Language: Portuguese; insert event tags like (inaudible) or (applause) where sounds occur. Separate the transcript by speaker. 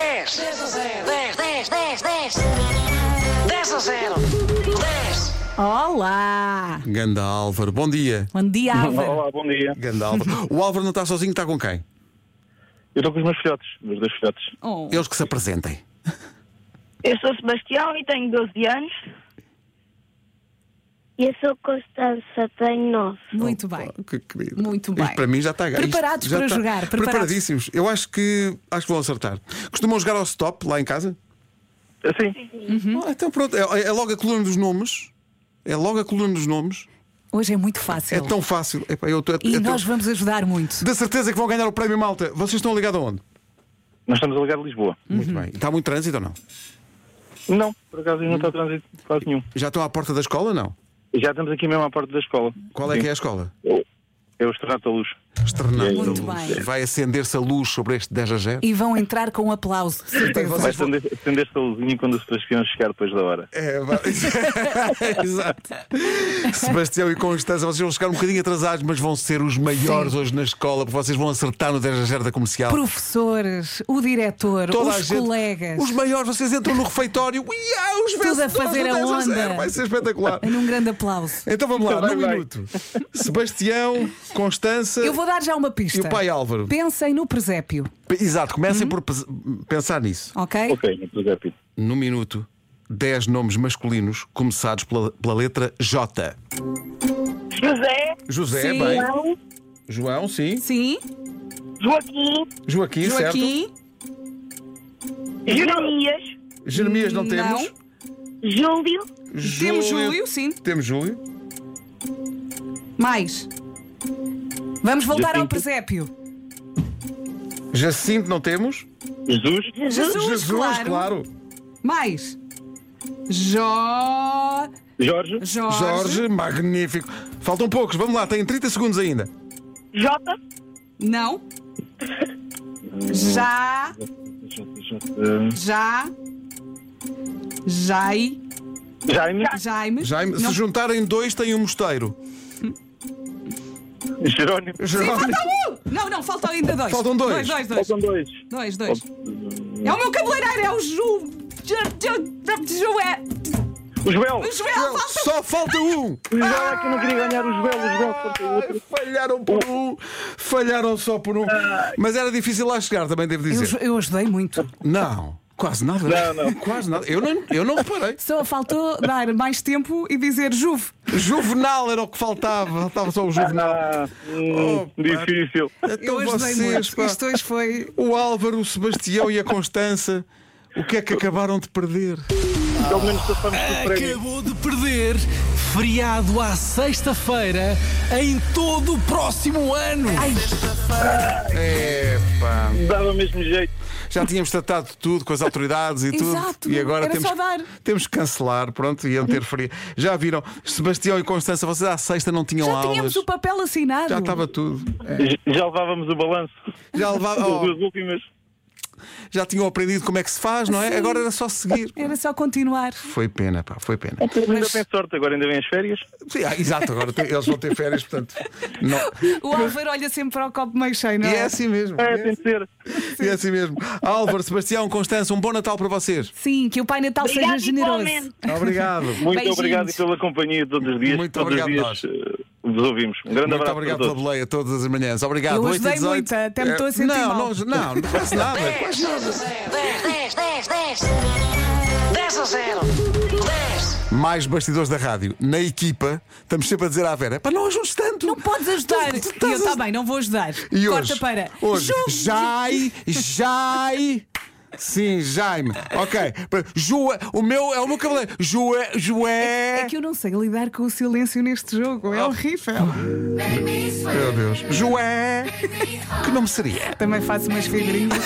Speaker 1: 10, 10 a 0. 10, 10, 10, 10. 10 a 0. 10.
Speaker 2: Olá!
Speaker 3: Ganda Álvaro, bom dia.
Speaker 2: Bom dia, Álvaro.
Speaker 4: Olá, bom dia.
Speaker 3: Ganda Álvaro. (laughs) O Álvaro não está sozinho, está com quem?
Speaker 4: Eu estou com os meus filhotes, meus dois filhotes.
Speaker 2: Oh.
Speaker 3: Eles que se apresentem.
Speaker 5: Eu sou Sebastião e tenho 12 anos.
Speaker 6: Eu sou Constança, tenho nove.
Speaker 2: Muito bem.
Speaker 3: Oh, que querido.
Speaker 2: Muito
Speaker 3: Isto
Speaker 2: bem.
Speaker 3: para mim já está isto
Speaker 2: Preparados
Speaker 3: já
Speaker 2: para
Speaker 3: está-
Speaker 2: jogar, preparados.
Speaker 3: Preparadíssimos. Eu acho que acho que vão acertar. Costumam jogar ao stop lá em casa?
Speaker 4: Assim,
Speaker 2: Uhum.
Speaker 3: Ah, então pronto, é, é logo a coluna dos nomes. É logo a coluna dos nomes.
Speaker 2: Hoje é muito fácil.
Speaker 3: É tão é fácil. Epá, eu tô- eu
Speaker 2: E
Speaker 3: tô-
Speaker 2: nós vamos ajudar muito.
Speaker 3: Da certeza que vão ganhar o prémio Malta. Vocês estão ligados aonde?
Speaker 4: nós estamos a ligar de Lisboa.
Speaker 3: Muito
Speaker 2: Uhum.
Speaker 3: bem. Está muito trânsito ou não?
Speaker 4: Não, por acaso ainda não está trânsito quase nenhum.
Speaker 3: Já estão à porta da escola ou não?
Speaker 4: E já estamos aqui mesmo à porta da escola.
Speaker 3: Qual é que é a escola?
Speaker 4: é? É o Estranato da Luz.
Speaker 3: Externando
Speaker 2: Muito
Speaker 3: a luz.
Speaker 2: bem.
Speaker 3: Vai acender-se a luz sobre este 10 a 0.
Speaker 2: E vão entrar com um aplauso. de certeza.
Speaker 4: Vai acender acender esta luzinha quando os três peões chegar depois da hora.
Speaker 3: É, vai- (laughs) exato. Sebastião e Constança, vocês vão chegar um bocadinho atrasados, mas vão ser os maiores hoje na escola, porque vocês vão acertar no 10 a 0 da comercial.
Speaker 2: Professores, o diretor,
Speaker 3: Toda a
Speaker 2: os
Speaker 3: gente-
Speaker 2: colegas.
Speaker 3: Os maiores, vocês entram no refeitório e ah, os
Speaker 2: Tudo a
Speaker 3: vencedores
Speaker 2: fazer
Speaker 3: do
Speaker 2: a
Speaker 3: 10 0.
Speaker 2: onda.
Speaker 3: Vai ser espetacular.
Speaker 2: Num um grande aplauso.
Speaker 3: Então vamos lá,
Speaker 4: Então vai,
Speaker 3: num
Speaker 4: vai.
Speaker 3: minuto. Sebastião, Constança
Speaker 2: Eu vou dar já uma
Speaker 3: e
Speaker 2: pista.
Speaker 3: o pai Álvaro.
Speaker 2: Pensem no presépio,
Speaker 3: Exato, comecem
Speaker 2: Uhum.
Speaker 3: por pes- pensar nisso.
Speaker 2: ok?
Speaker 4: Ok, muito rápido.
Speaker 3: No minuto, 10 nomes masculinos começados pela, pela letra J.
Speaker 5: José,
Speaker 3: José,
Speaker 2: Sim.
Speaker 3: bem.
Speaker 5: João,
Speaker 3: João, sim.
Speaker 2: Sim,
Speaker 5: Joaquim,
Speaker 3: Joaquim,
Speaker 2: Joaquim,
Speaker 5: Jeremias,
Speaker 3: certo. Jeremias não,
Speaker 2: Não.
Speaker 3: temos.
Speaker 5: Júlio,
Speaker 2: temos Júlio, sim.
Speaker 3: Temos Júlio.
Speaker 2: Mais. Vamos voltar ao
Speaker 3: então.
Speaker 4: Jacinto.
Speaker 2: presépio.
Speaker 3: Hum? Jacinto não temos.
Speaker 4: Jesus,
Speaker 5: Jesus,
Speaker 3: claro.
Speaker 2: Mais. Jó.
Speaker 4: Jorge,
Speaker 2: Jorge.
Speaker 3: Jorge, magnífico. Faltam poucos, vamos lá, têm 30 segundos ainda.
Speaker 5: Jota,
Speaker 2: Não. Já.
Speaker 4: eh,
Speaker 2: Já. Jai.
Speaker 4: Jaime,
Speaker 2: Jaime.
Speaker 3: Jaime,
Speaker 2: Não.
Speaker 3: se juntarem dois, têm um mosteiro.
Speaker 4: Jerónimo.
Speaker 3: Jerónimo.
Speaker 2: um! Não, não, faltam ainda dois.
Speaker 3: Faltam
Speaker 2: Dois,
Speaker 3: dois.
Speaker 2: dois, dois.
Speaker 4: Faltam dois.
Speaker 2: Dois, dois. É o meu cabeleireiro, é o Ju. Ju- Ju- Ju- Joé.
Speaker 4: O Joel!
Speaker 2: O Joel, falta. um.
Speaker 3: Só falta um!
Speaker 4: O Joel é que eu não queria ganhar o Joel, o Joel cortou o outro.
Speaker 3: Ai, falharam por um, falharam só por um. Mas era difícil lá chegar, também devo dizer.
Speaker 2: Eu, eu ajudei muito.
Speaker 3: Não, quase nada.
Speaker 4: Não, não.
Speaker 3: Quase nada. Eu não, eu não reparei.
Speaker 2: Só faltou dar mais tempo e dizer Juve.
Speaker 3: Juvenal era o que faltava. Faltava só o Juvenal.
Speaker 4: Ah,
Speaker 3: Oh,
Speaker 4: hum,
Speaker 3: pá.
Speaker 4: difícil.
Speaker 3: Então
Speaker 2: eu ajudei
Speaker 3: vocês,
Speaker 2: muito.
Speaker 3: pá,
Speaker 2: Isto é- hoje foi.
Speaker 3: o Álvaro, o Sebastião e a Constança, o que é que acabaram de perder?
Speaker 4: Pelo menos passamos por prémio.
Speaker 7: Acabou de perder feriado à sexta-feira em todo o próximo ano.
Speaker 3: Epá.
Speaker 4: Dava mesmo jeito.
Speaker 3: Já tínhamos tratado de tudo com as autoridades e tudo.
Speaker 2: Exato,
Speaker 3: E agora
Speaker 2: era
Speaker 3: temos,
Speaker 2: só dar.
Speaker 3: temos que cancelar, pronto, iam ter frio. Já viram, Sebastião e Constança, vocês à sexta não tinham
Speaker 2: Já
Speaker 3: aulas.
Speaker 2: tínhamos o papel assinado.
Speaker 3: Já estava tudo.
Speaker 4: Já levávamos o balanço
Speaker 3: Já, levava,
Speaker 4: das
Speaker 3: oh,
Speaker 4: duas últimas.
Speaker 3: já tinham aprendido como é que se faz, não é?
Speaker 2: Sim.
Speaker 3: Agora era só seguir.
Speaker 2: Era só continuar.
Speaker 3: Foi pena, pá, foi pena.
Speaker 4: Ainda tem sorte, agora ainda vem as férias.
Speaker 3: Sim, ah, exato, agora tem- eles vão ter férias, portanto. Não.
Speaker 2: (laughs) O Álvaro olha sempre para o copo meio cheio,
Speaker 3: E
Speaker 2: não é?
Speaker 3: é assim mesmo.
Speaker 4: É, tem de ser.
Speaker 3: E é assim mesmo. Álvaro, Sebastião, Constança, um bom Natal para vocês.
Speaker 2: Sim, que o Pai Natal
Speaker 5: obrigado
Speaker 2: seja generoso.
Speaker 5: igualmente.
Speaker 3: (laughs) Obrigado.
Speaker 4: Muito
Speaker 2: Beijinhos.
Speaker 4: obrigado pela companhia de todos os dias.
Speaker 3: Muito
Speaker 4: todos
Speaker 3: obrigado
Speaker 4: os dias eh, vos ouvimos. Um grande
Speaker 3: Muito
Speaker 4: abraço
Speaker 3: obrigado
Speaker 4: para
Speaker 3: pela
Speaker 4: todos.
Speaker 3: boleia todas as manhãs. Obrigado.
Speaker 2: Eu
Speaker 3: 8 e
Speaker 2: ajudei
Speaker 3: 18.
Speaker 2: muito, até me estou a
Speaker 3: É,
Speaker 2: sentir
Speaker 3: não,
Speaker 2: mal.
Speaker 3: Não, não, não faz nada.
Speaker 1: 10 a 0. 10, 10, 10. 10 a 0. 10.
Speaker 3: Mais bastidores da rádio. Na equipa, estamos sempre a dizer à Vera: para não ajudes tanto.
Speaker 2: Não podes ajudar.
Speaker 3: Tu- tu
Speaker 2: E eu
Speaker 3: estás a-
Speaker 2: está bem, não vou ajudar.
Speaker 3: E
Speaker 2: Corta
Speaker 3: hoje,
Speaker 2: para.
Speaker 3: Hoje,
Speaker 2: Ju-
Speaker 3: Jai, Jai. Sim, Jaime. Ok. Jua, o meu é o meu cabelo. Jua, Jué.
Speaker 2: É que eu não sei lidar com o silêncio neste jogo.
Speaker 3: Ah.
Speaker 2: É horrível.
Speaker 3: Meu Deus.
Speaker 2: é.
Speaker 3: Jué. Que nome seria?
Speaker 2: Também faço umas figurinhas.